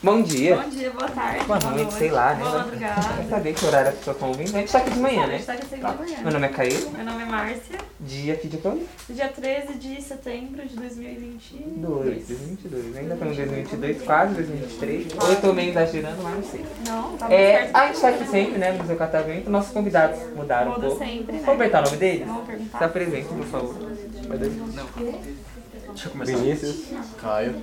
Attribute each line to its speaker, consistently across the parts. Speaker 1: Bom dia.
Speaker 2: Bom dia, boa tarde.
Speaker 1: Boa noite, sei lá, né?
Speaker 2: Boa madrugada.
Speaker 1: Eu sabia que horário a pessoa convida. A gente tá aqui de manhã,
Speaker 2: A
Speaker 1: né?
Speaker 2: gente tá aqui às seis da manhã.
Speaker 1: Meu nome é Caio.
Speaker 2: Meu nome é Márcia.
Speaker 1: Dia que dia que é o
Speaker 2: Dia 13 de setembro de 2022.
Speaker 1: 2, 2022. Ainda estamos em 2022, quase 2023. Ou eu tô meio exagerando, mas não sei.
Speaker 2: Não, tá muito
Speaker 1: É,
Speaker 2: perto
Speaker 1: a gente tá aqui
Speaker 2: do-
Speaker 1: sempre, né, no Museu Catavento. Nossos convidados mudaram um
Speaker 2: Muda
Speaker 1: pouco.
Speaker 2: sempre, né?
Speaker 1: Vamos apertar o nome deles?
Speaker 2: Vamos
Speaker 1: Se
Speaker 2: perguntar.
Speaker 1: apresente, por favor.
Speaker 3: Deixa eu começar. Vinícius. Caio.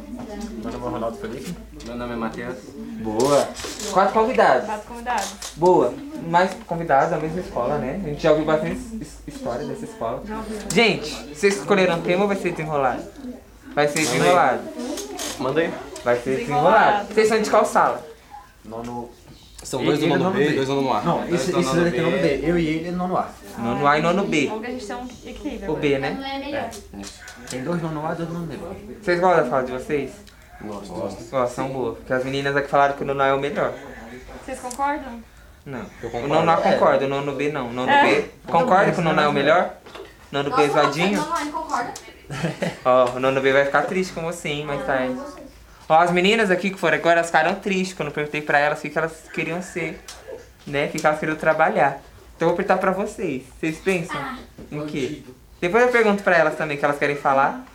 Speaker 3: Meu nome é Ronaldo Felipe.
Speaker 4: Meu nome é Matheus.
Speaker 1: Boa. Quatro convidados.
Speaker 2: Quatro convidados.
Speaker 1: Boa. Mais convidados da mesma escola, né? A gente já ouviu bastante his- história dessa escola.
Speaker 2: Já ouviu?
Speaker 1: Gente, vocês escolheram o tema ou vai ser desenrolado? Vai ser desenrolado.
Speaker 3: Manda aí.
Speaker 1: Vai ser desenrolado. Vocês são de qual sala?
Speaker 3: Nono.
Speaker 4: São
Speaker 3: E- e
Speaker 4: dois no
Speaker 5: é
Speaker 3: do
Speaker 4: nono
Speaker 3: nono
Speaker 4: B
Speaker 3: B.
Speaker 4: e dois no nono A.
Speaker 3: Não,
Speaker 4: Dois
Speaker 3: esse,
Speaker 4: no
Speaker 3: esse
Speaker 4: nono
Speaker 3: daqui é nono B. Eu e ele no nono A.
Speaker 1: Nono A e nono B.
Speaker 2: Vamos que a gente tem um equilíbrio.
Speaker 1: O B, né?
Speaker 6: Não é melhor.
Speaker 3: Tem dois nono A e dois nono B.
Speaker 1: Vocês gostam da fala de vocês?
Speaker 4: Nossa,
Speaker 1: Ó, são boas. Porque as meninas aqui falaram que o nono A é o melhor.
Speaker 2: Vocês concordam?
Speaker 1: Não. O nono A concorda, o nono B não. O nono
Speaker 2: É.
Speaker 1: B concorda que o nono A é o melhor? Nono B exadinho?
Speaker 6: Nossa, mamãe, concorda?
Speaker 1: Ó, o nono B vai ficar triste com você, hein, mais tarde. Ó, as meninas aqui que foram agora, elas ficaram tristes quando eu perguntei pra elas o que que elas queriam ser. Né? O que que elas queriam trabalhar. Então eu vou perguntar pra vocês. Vocês pensam
Speaker 4: Ah.
Speaker 1: em quê? Depois eu pergunto pra elas também o que elas querem falar.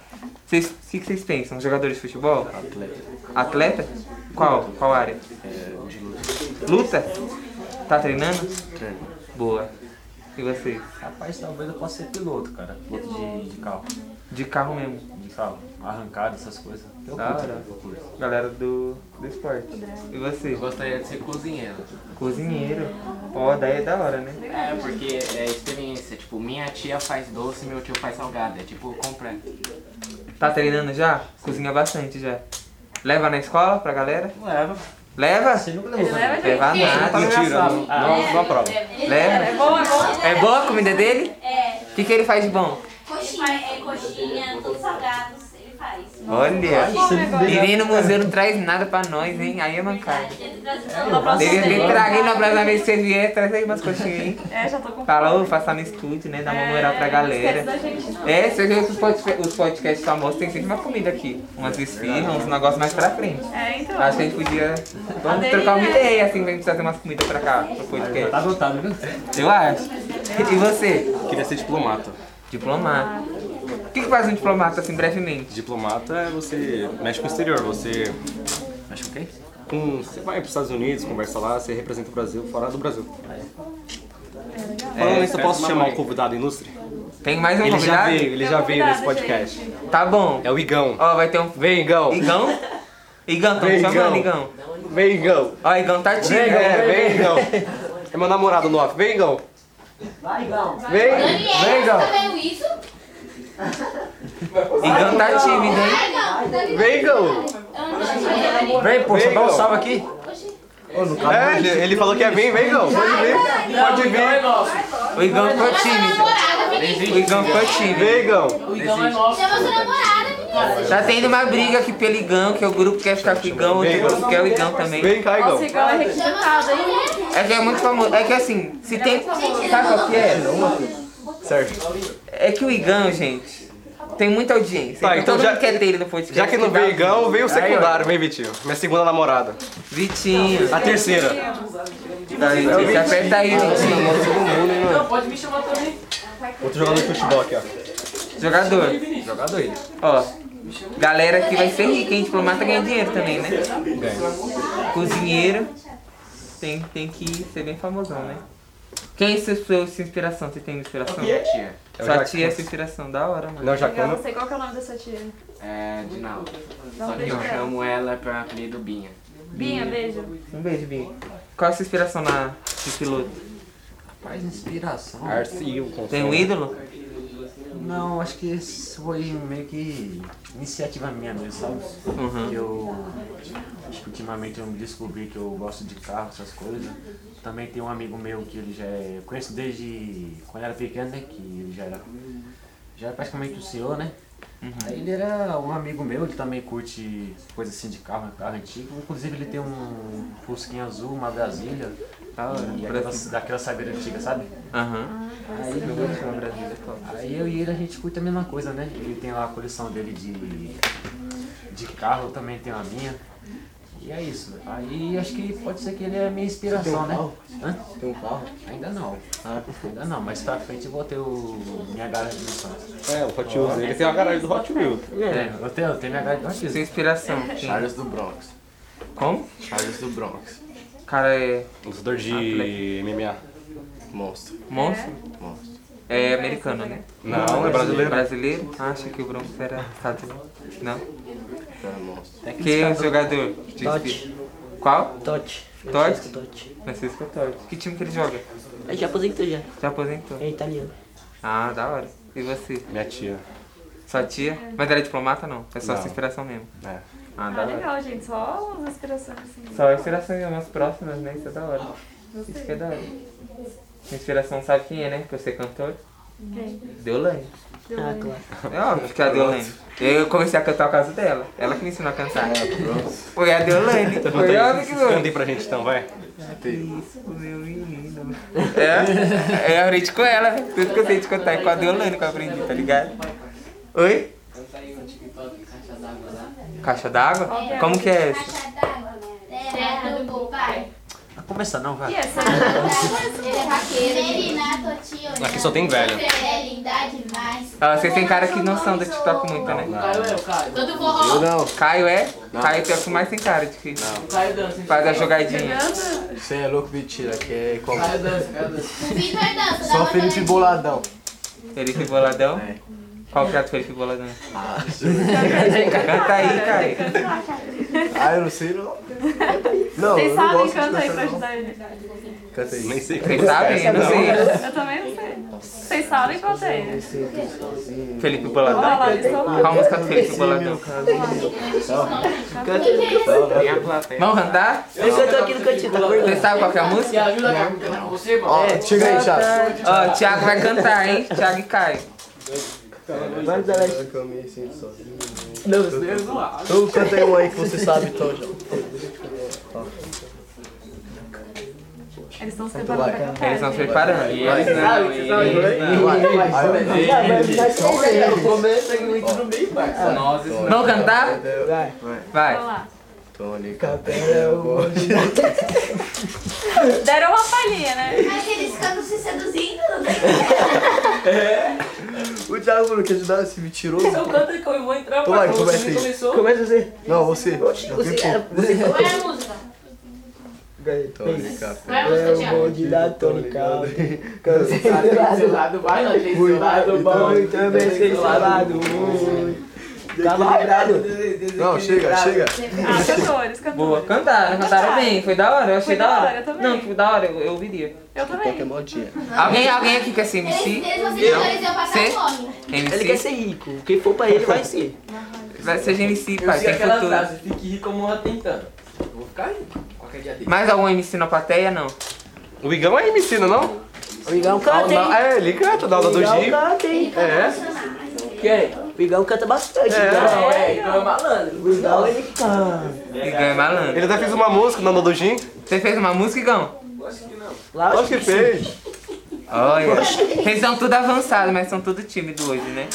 Speaker 1: Vocês, o que que vocês pensam? Jogador de futebol?
Speaker 4: atleta.
Speaker 1: Atleta? Qual? Qual área?
Speaker 4: É, de luta.
Speaker 1: Luta? Tá treinando?
Speaker 4: Treino.
Speaker 1: Boa. E vocês?
Speaker 3: Rapaz, talvez eu possa ser piloto, cara. Piloto de, de carro.
Speaker 1: De carro mesmo.
Speaker 3: De carro. Arrancado, essas coisas. Eu
Speaker 1: Da
Speaker 3: curto,
Speaker 1: hora.
Speaker 3: eu curto.
Speaker 1: Galera do, do esporte. E vocês?
Speaker 4: Eu gostaria de ser cozinheiro.
Speaker 1: Cozinheiro. Ó, daí é da hora, né?
Speaker 4: É, porque é experiência. Tipo, minha tia faz doce, meu tio faz salgado. É tipo, compra.
Speaker 1: Tá treinando já? Cozinha bastante já. Leva na escola pra galera?
Speaker 4: Leva.
Speaker 1: Leva?
Speaker 3: Você nunca
Speaker 2: Ele
Speaker 3: levou. Ah, tá
Speaker 2: leva,
Speaker 1: Leva
Speaker 2: gente. Ele
Speaker 1: nada.
Speaker 3: Mentira, não, não, não aprova.
Speaker 2: Tá
Speaker 1: Né?
Speaker 2: É
Speaker 1: Leva.
Speaker 2: bom, é bom.
Speaker 1: É boa a comida dele?
Speaker 6: É,
Speaker 1: O que, que ele faz de bom?
Speaker 6: coxinha, é coxinha, todos salgados, ele faz.
Speaker 1: Olha.
Speaker 2: É Bom né, negócio.
Speaker 1: E nem no museu não traz nada pra nós, hein? Aí é mancada.
Speaker 6: Ele traz tudo.
Speaker 1: Devia ter
Speaker 2: vez.
Speaker 1: trago, hein? Na próxima vez que vocês vierem, traz aí umas coxinhas, hein?
Speaker 2: É, já tô com É,
Speaker 1: Falou, passar no estúdio, né? Dar uma moral pra galera.
Speaker 2: Não esquece da gente, não.
Speaker 1: É, você vê que os podca- os podcasts famosos tem sempre uma comida aqui. Umas esfirras, uns negócios mais pra frente.
Speaker 2: É, então.
Speaker 1: Acho que a gente podia. Vamos
Speaker 2: Aderir,
Speaker 1: trocar uma
Speaker 2: né?
Speaker 1: ideia, assim, pra gente trazer umas comidas pra cá, pro podcast.
Speaker 3: Tá adotado, viu?
Speaker 1: Eu acho. E você?
Speaker 5: Queria ser diplomata.
Speaker 1: Diplomata. O que, que faz um diplomata, assim, brevemente?
Speaker 5: Diplomata é você mexe com o exterior, você. Mexe com quem? Com, você vai para os Estados Unidos, conversa lá, você representa o Brasil fora do Brasil. Falando nisso, eu posso chamar um convidado ilustre?
Speaker 1: Tem mais um
Speaker 5: Ele já
Speaker 1: convidado?
Speaker 5: veio, ele
Speaker 2: tá
Speaker 5: já veio nesse podcast.
Speaker 1: Tá bom.
Speaker 5: É o Igão.
Speaker 1: Ó, vai ter um.
Speaker 5: Vem, Igão!
Speaker 1: Igão? Igão, tão
Speaker 5: Vem,
Speaker 1: chamando, Igão.
Speaker 5: Igão. Vem, Igão!
Speaker 1: Ó, Igão tá tímido.
Speaker 5: Vem, Igão! É, vem, Igão! É meu namorado novo. Vem, Igão! Vai, Igão! Vem! Vem,
Speaker 6: Daniela,
Speaker 5: Igão!
Speaker 6: você tá vendo isso?
Speaker 1: Igão tá tímido, hein?
Speaker 6: Ai, não, Daniela.
Speaker 5: Vem, Igão!
Speaker 6: Eu não tô te vendo.
Speaker 3: Vem, poxa,
Speaker 5: Vem,
Speaker 3: dá um
Speaker 5: Igão.
Speaker 3: salve aqui.
Speaker 5: É, ele, ele falou que é vem, vem, Igão! Pode vir! Pode
Speaker 4: É
Speaker 5: vir!
Speaker 1: O Igão ficou
Speaker 6: Chama sua
Speaker 1: tímido.
Speaker 6: namorada, menino.
Speaker 1: O Igão ficou tímido.
Speaker 5: Vem, Igão!
Speaker 4: é
Speaker 6: Chama sua namorada, menino.
Speaker 1: Tá tendo uma briga aqui pelo Igão, que é o grupo quer ficar com o Igão, outro
Speaker 5: Vem, Igão.
Speaker 1: grupo quer o Igão também.
Speaker 5: Vem cá, Igão!
Speaker 2: Nossa, igual é
Speaker 6: Chama sua
Speaker 2: requisitado, hein?
Speaker 6: namorada.
Speaker 1: É que é muito famoso. É que assim, se tem. Sabe qual que é?
Speaker 5: Certo.
Speaker 1: É que o Igão, gente, tem muita audiência.
Speaker 5: Tá,
Speaker 1: então
Speaker 5: então
Speaker 1: todo
Speaker 5: já-
Speaker 1: mundo quer ter ele no podcast.
Speaker 5: Já que não veio Igão, veio o
Speaker 1: Aí, ó.
Speaker 5: secundário, vem Vitinho. Minha segunda namorada.
Speaker 1: Vitinho.
Speaker 5: A terceira.
Speaker 1: Tá, gente, aperta aí, Vitinho.
Speaker 5: Todo mundo, hein, mano? pode me chamar também. Outro jogador de futebol aqui, ó. É
Speaker 1: Jogador.
Speaker 5: Jogador ele.
Speaker 1: Ó. Galera que vai ser rica, hein? Diplomata ganha dinheiro também, né? Cozinheiro. Tem, tem que ser bem famosão, né? Quem é sua, sua sua inspiração? Você tem uma inspiração?
Speaker 4: Minha tia.
Speaker 5: É o
Speaker 1: Sua
Speaker 5: Jacquin.
Speaker 1: tia é sua inspiração, da hora, mano.
Speaker 5: Não,
Speaker 2: Eu
Speaker 5: Jacquin.
Speaker 2: não sei qual que é o nome da sua tia.
Speaker 4: É, de não.
Speaker 2: Não,
Speaker 4: Só que
Speaker 2: beijo
Speaker 4: eu
Speaker 2: pra ela.
Speaker 4: chamo ela pra apelido Binha.
Speaker 2: Binha, beijo.
Speaker 1: Um beijo, Bim. Qual é a sua inspiração na, de piloto?
Speaker 3: Rapaz, inspiração.
Speaker 5: Arce e o Conselho.
Speaker 1: Tem um ídolo?
Speaker 3: Não, acho que isso foi meio que iniciativa minha mesmo, sabe?
Speaker 1: Uhum.
Speaker 3: Eu acho que ultimamente eu descobri que eu gosto de carro, essas coisas. Também tem um amigo meu que ele já é. Eu conheço desde quando era pequeno, né? Que ele já era. Já era praticamente o senhor, né? Aí ele era um amigo meu, ele também curte coisa assim de carro, carro antigo. Inclusive ele tem um Fusquinha azul, uma Brasília.
Speaker 1: Da hora.
Speaker 7: Hum,
Speaker 3: E
Speaker 1: Brasil.
Speaker 3: aquelas, daquela sabedoria antiga, sabe?
Speaker 7: Ah.
Speaker 1: Aham.
Speaker 3: Aí
Speaker 1: Eu vou chamar Brasília como.
Speaker 3: Aí eu e ele a gente curte a mesma coisa, né? Ele tem lá a coleção dele de, de carro, eu também tenho a minha. E é isso. né? Aí acho que pode ser que ele é a minha inspiração,
Speaker 7: um
Speaker 3: né? Hã?
Speaker 5: Tem um carro?
Speaker 3: Ainda não. Ainda não, mas pra frente eu vou ter o minha garagem de sonhos.
Speaker 5: É, o Hot Wheels. Ele tem uma garagem do Hot Wheels.
Speaker 3: É, eu tenho, eu tenho minha garagem de
Speaker 1: Sua
Speaker 3: sonhos.
Speaker 1: inspiração.
Speaker 4: Charles do Bronx.
Speaker 1: Como?
Speaker 4: Charles do Bronx.
Speaker 1: Cara, é
Speaker 5: Lutador de MMA.
Speaker 4: Monstro.
Speaker 1: monstro?
Speaker 4: Monstro.
Speaker 1: É americano, né?
Speaker 5: Não, é brasileiro.
Speaker 1: Brasileiro? Acha que o Bronx era Estados Unidos? Não.
Speaker 4: Cara, É, monstro.
Speaker 1: Que jogador? que te inspira? Qual?
Speaker 7: Totti.
Speaker 1: Totti?
Speaker 7: Totti.
Speaker 1: Francisco Totti. Que time que ele joga?
Speaker 7: Ele já aposentou já.
Speaker 1: Já aposentou.
Speaker 7: É italiano.
Speaker 1: Ah, da hora. E você?
Speaker 5: É Minha tia.
Speaker 1: Sua tia? Mas ela é diplomata não? É só
Speaker 5: Não.
Speaker 1: sua inspiração mesmo.
Speaker 5: É.
Speaker 1: Ah, da
Speaker 2: Ah,
Speaker 1: hora.
Speaker 2: legal, gente. Só umas inspirações assim.
Speaker 1: Só inspirações umas próximas, né? Isso é da hora. Isso que é da hora. Minha inspiração sabe quem é, né? Que eu ser cantor.
Speaker 2: Quem?
Speaker 1: Deolane.
Speaker 7: Ah, claro.
Speaker 1: É óbvio que é a Deolane. Eu comecei a cantar por causa dela. Ela que me ensinou a cantar. Foi a Deolane.
Speaker 5: Tá
Speaker 1: Foi ela que
Speaker 5: Cantem
Speaker 1: foi.
Speaker 5: pra gente então, vai.
Speaker 1: Isso, meu menino. É, eu aprendi com ela. velho. Tudo que eu sei de cantar é com a Deolane que eu aprendi, tá ligado? Oi? Caixa d'água? Como que é essa?
Speaker 6: Caixa d'água. Terra do papai.
Speaker 3: Não começa não,
Speaker 2: E é
Speaker 3: vai.
Speaker 2: essa?
Speaker 6: Ele é vaqueiro. Serenato, tio.
Speaker 5: Aqui só tem velho.
Speaker 6: Serenidade mais.
Speaker 1: Ah, vocês têm cara que não são do TikTok muito, né?
Speaker 6: Todo forró.
Speaker 5: não.
Speaker 1: Caio é? Caio tem o que mais tem cara de que faz a jogadinha.
Speaker 2: Dança?
Speaker 4: Você é louco, mentira, que é como?
Speaker 6: O Vitor dança. dá
Speaker 4: Só
Speaker 6: uma
Speaker 4: Felipe
Speaker 6: danadinha.
Speaker 4: Boladão.
Speaker 1: Felipe Boladão?
Speaker 4: É.
Speaker 1: Qual que é a do Felipe Boladão? Canta aí, Caio.
Speaker 4: Ah, eu não sei não. Não,
Speaker 2: Vocês
Speaker 4: eu não
Speaker 2: sabem,
Speaker 4: gosto de
Speaker 2: canta aí pra
Speaker 4: dançar, não.
Speaker 2: ajudar ele.
Speaker 4: Canta aí.
Speaker 5: Nem sei.
Speaker 1: Vocês
Speaker 8: é
Speaker 1: sabem? Eu não sei.
Speaker 2: Eu também não sei. Vocês sabem, canta aí.
Speaker 1: Felipe
Speaker 2: Olha
Speaker 1: Boladão?
Speaker 2: lá, eles estão
Speaker 1: Qual a
Speaker 2: lá.
Speaker 1: música do Felipe Boladão? Vamos cantar?
Speaker 7: Ele cantou aqui no cantinho, tá acordando?
Speaker 1: Vocês sabem qual que é a música?
Speaker 4: Ó, chega aí, Thiago.
Speaker 1: Ó, o Thiago vai cantar, hein? Thiago e Caio.
Speaker 8: é
Speaker 4: Eu cantei um aí que você sabe, então, já.
Speaker 2: Eles estão se preparando pra cantar.
Speaker 1: Eles estão se preparando. E eles né? não, e eles
Speaker 5: né?
Speaker 1: não. Vamos cantar?
Speaker 2: Vamos
Speaker 1: Vai.
Speaker 2: lá.
Speaker 4: Tony Capel,
Speaker 2: Deram uma palhinha, né?
Speaker 6: Mas eles cantam se seduzindo. né?
Speaker 4: O Thiago falou que ajudava esse mentiroso.
Speaker 7: canto que eu vou entrar,
Speaker 4: Então vai, começa é aí.
Speaker 7: Começa você.
Speaker 4: Não, você.
Speaker 7: Você é. Você
Speaker 6: Qual é a música?
Speaker 4: Tony Capel.
Speaker 6: Qual é a música, Thiago?
Speaker 7: de dar Tony Caldo.
Speaker 8: tá Cancelado, vai não, cancelado,
Speaker 5: então,
Speaker 8: bom. Tá
Speaker 7: também sei
Speaker 8: lado Tá
Speaker 7: Calado.
Speaker 4: Não, chega, chega.
Speaker 2: Ah, cantores, cantores.
Speaker 1: Boa. Cantaram, cantaram bem. Foi da hora. Eu achei
Speaker 2: Foi da
Speaker 1: da
Speaker 2: hora,
Speaker 1: hora.
Speaker 2: eu também.
Speaker 1: Não, foi da hora. Eu eu ouviria.
Speaker 2: Eu também.
Speaker 1: Alguém, alguém aqui quer ser
Speaker 6: Eles,
Speaker 1: MC?
Speaker 6: eles vão se dois eu
Speaker 1: Cê?
Speaker 6: passar fome.
Speaker 7: Ele quer
Speaker 1: MC?
Speaker 7: ser rico. Quem for pra ele vai ser.
Speaker 1: Vai ser MC,
Speaker 8: Eu
Speaker 1: pai.
Speaker 8: sei
Speaker 1: Tem
Speaker 8: aquela
Speaker 1: futuro.
Speaker 8: frase, fique rico como uma tentando. Vou ficar aí, qualquer dia dele.
Speaker 1: Mais algum MC na plateia? Não.
Speaker 5: O Igão é MC, não? é não?
Speaker 7: O Igão canta, hein?
Speaker 5: É, ele canta, dá aula do
Speaker 7: O
Speaker 5: G.
Speaker 8: tá
Speaker 7: Igão canta, hein?
Speaker 8: Quem?
Speaker 7: O Igão canta bastante. né?
Speaker 8: Não, é, então é malandro.
Speaker 7: O Igão ele canta.
Speaker 1: Igão é malandro.
Speaker 5: Ele até fez uma música na aula do G.
Speaker 1: Você fez uma música, Igão?
Speaker 7: Lá
Speaker 5: Acho que fez.
Speaker 1: Olha. Vocês são tudo avançados, mas são tudo tímidos hoje, né?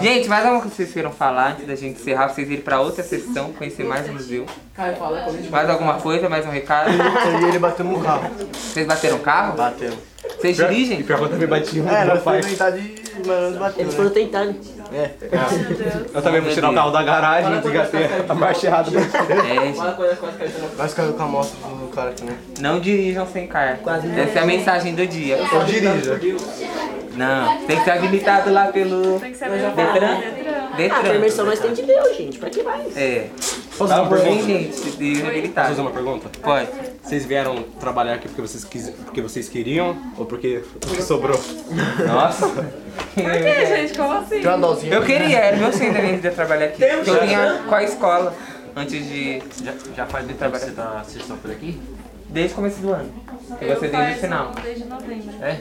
Speaker 1: Gente, mais alguma coisa que vocês queiram falar antes da gente encerrar? Pra vocês irem pra outra sessão, conhecer mais o museu.
Speaker 8: Cara, fala comigo.
Speaker 1: Mais alguma coisa? Mais um recado?
Speaker 4: E ele bateu no carro.
Speaker 1: Vocês bateram carro?
Speaker 4: Bateu.
Speaker 1: Vocês dirigem?
Speaker 5: Pior que eu também bati no
Speaker 4: É,
Speaker 5: meu
Speaker 4: nós
Speaker 5: pai.
Speaker 4: fomos tentar de... Mas nós
Speaker 7: Eles
Speaker 4: batemos, né?
Speaker 7: foram tentando.
Speaker 2: Meu Deus.
Speaker 5: Eu também vou tirar o carro da garagem,
Speaker 8: Fala quando
Speaker 5: desgastei
Speaker 8: você sai de
Speaker 5: a parte errada.
Speaker 1: É, gente.
Speaker 8: Fala quando as coisas caem pela
Speaker 4: Nós ficamos com a moto do cara aqui, né?
Speaker 1: Não dirijam sem carro. Essa é a mensagem do dia.
Speaker 4: Eu dirijo.
Speaker 1: Não, tem que ser habilitado lá pelo
Speaker 2: Tem que ser mesmo.
Speaker 1: Detran?
Speaker 8: Ah,
Speaker 2: Detran.
Speaker 7: Ah, A
Speaker 1: Detran.
Speaker 7: permissão nós temos de Deus, gente. Pra que mais?
Speaker 1: É.
Speaker 5: Posso fazer uma
Speaker 1: Tem
Speaker 5: pergunta?
Speaker 1: gente de
Speaker 5: Posso
Speaker 1: habilitado.
Speaker 5: fazer uma pergunta?
Speaker 1: Pode.
Speaker 5: Vocês vieram trabalhar aqui porque vocês, quis, porque vocês queriam ou porque, porque sobrou?
Speaker 1: Nossa.
Speaker 2: Por que, gente? um Como assim?
Speaker 4: Tem uma dosinha.
Speaker 1: Eu queria, era meu sonho também de trabalhar aqui. Porque eu vinha com a escola antes de.
Speaker 3: Já, já faz bem tempo que você tá sessão por aqui?
Speaker 1: Desde o começo do ano. E
Speaker 2: Eu
Speaker 1: você desde o
Speaker 2: faço
Speaker 1: final.
Speaker 2: Desde novembro.
Speaker 3: É?
Speaker 1: É.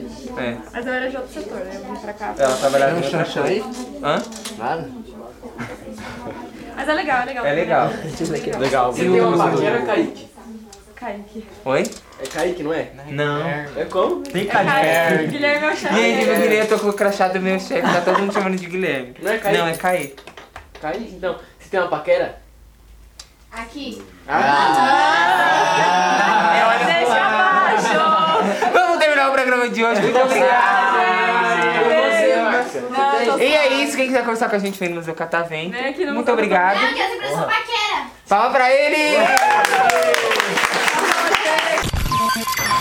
Speaker 2: né? Mas eu era de outro setor, né? Eu vim pra cá.
Speaker 1: Ela trabalhava
Speaker 4: Tem um
Speaker 1: em outra
Speaker 4: chanchão aí?
Speaker 1: coisa. Hã?
Speaker 4: Nada.
Speaker 2: Mas é legal, é legal.
Speaker 1: É legal.
Speaker 5: Legal.
Speaker 8: Você tem uma parceira, Kaique?
Speaker 2: Kaique.
Speaker 1: Oi?
Speaker 4: É Kaique, não é?
Speaker 1: Não.
Speaker 4: É como?
Speaker 1: Tem Kaique.
Speaker 2: Guilherme é o chave.
Speaker 1: Gente, meu Guilherme, eu tô com o crachá do meu chefe, tá todo mundo chamando de Guilherme.
Speaker 4: Não é Kaique?
Speaker 1: Não, é Kaique.
Speaker 4: Kaique, então. Você tem uma paquera?
Speaker 6: Aqui.
Speaker 1: Ah, É, olha
Speaker 2: Ah, Deixa
Speaker 1: só.
Speaker 2: abaixo!
Speaker 1: Vamos terminar o programa de hoje, muito obrigada.
Speaker 4: Ah, você, Marcia.
Speaker 2: Não, tô
Speaker 1: E é isso, quem quiser conversar com a gente vem no Museu Catavento.
Speaker 2: Vem Né, aqui no
Speaker 1: Muito
Speaker 2: Museu
Speaker 1: obrigado.
Speaker 6: Não, que eu sempre sou paquera.
Speaker 1: Palma pra ele!
Speaker 2: com vocês.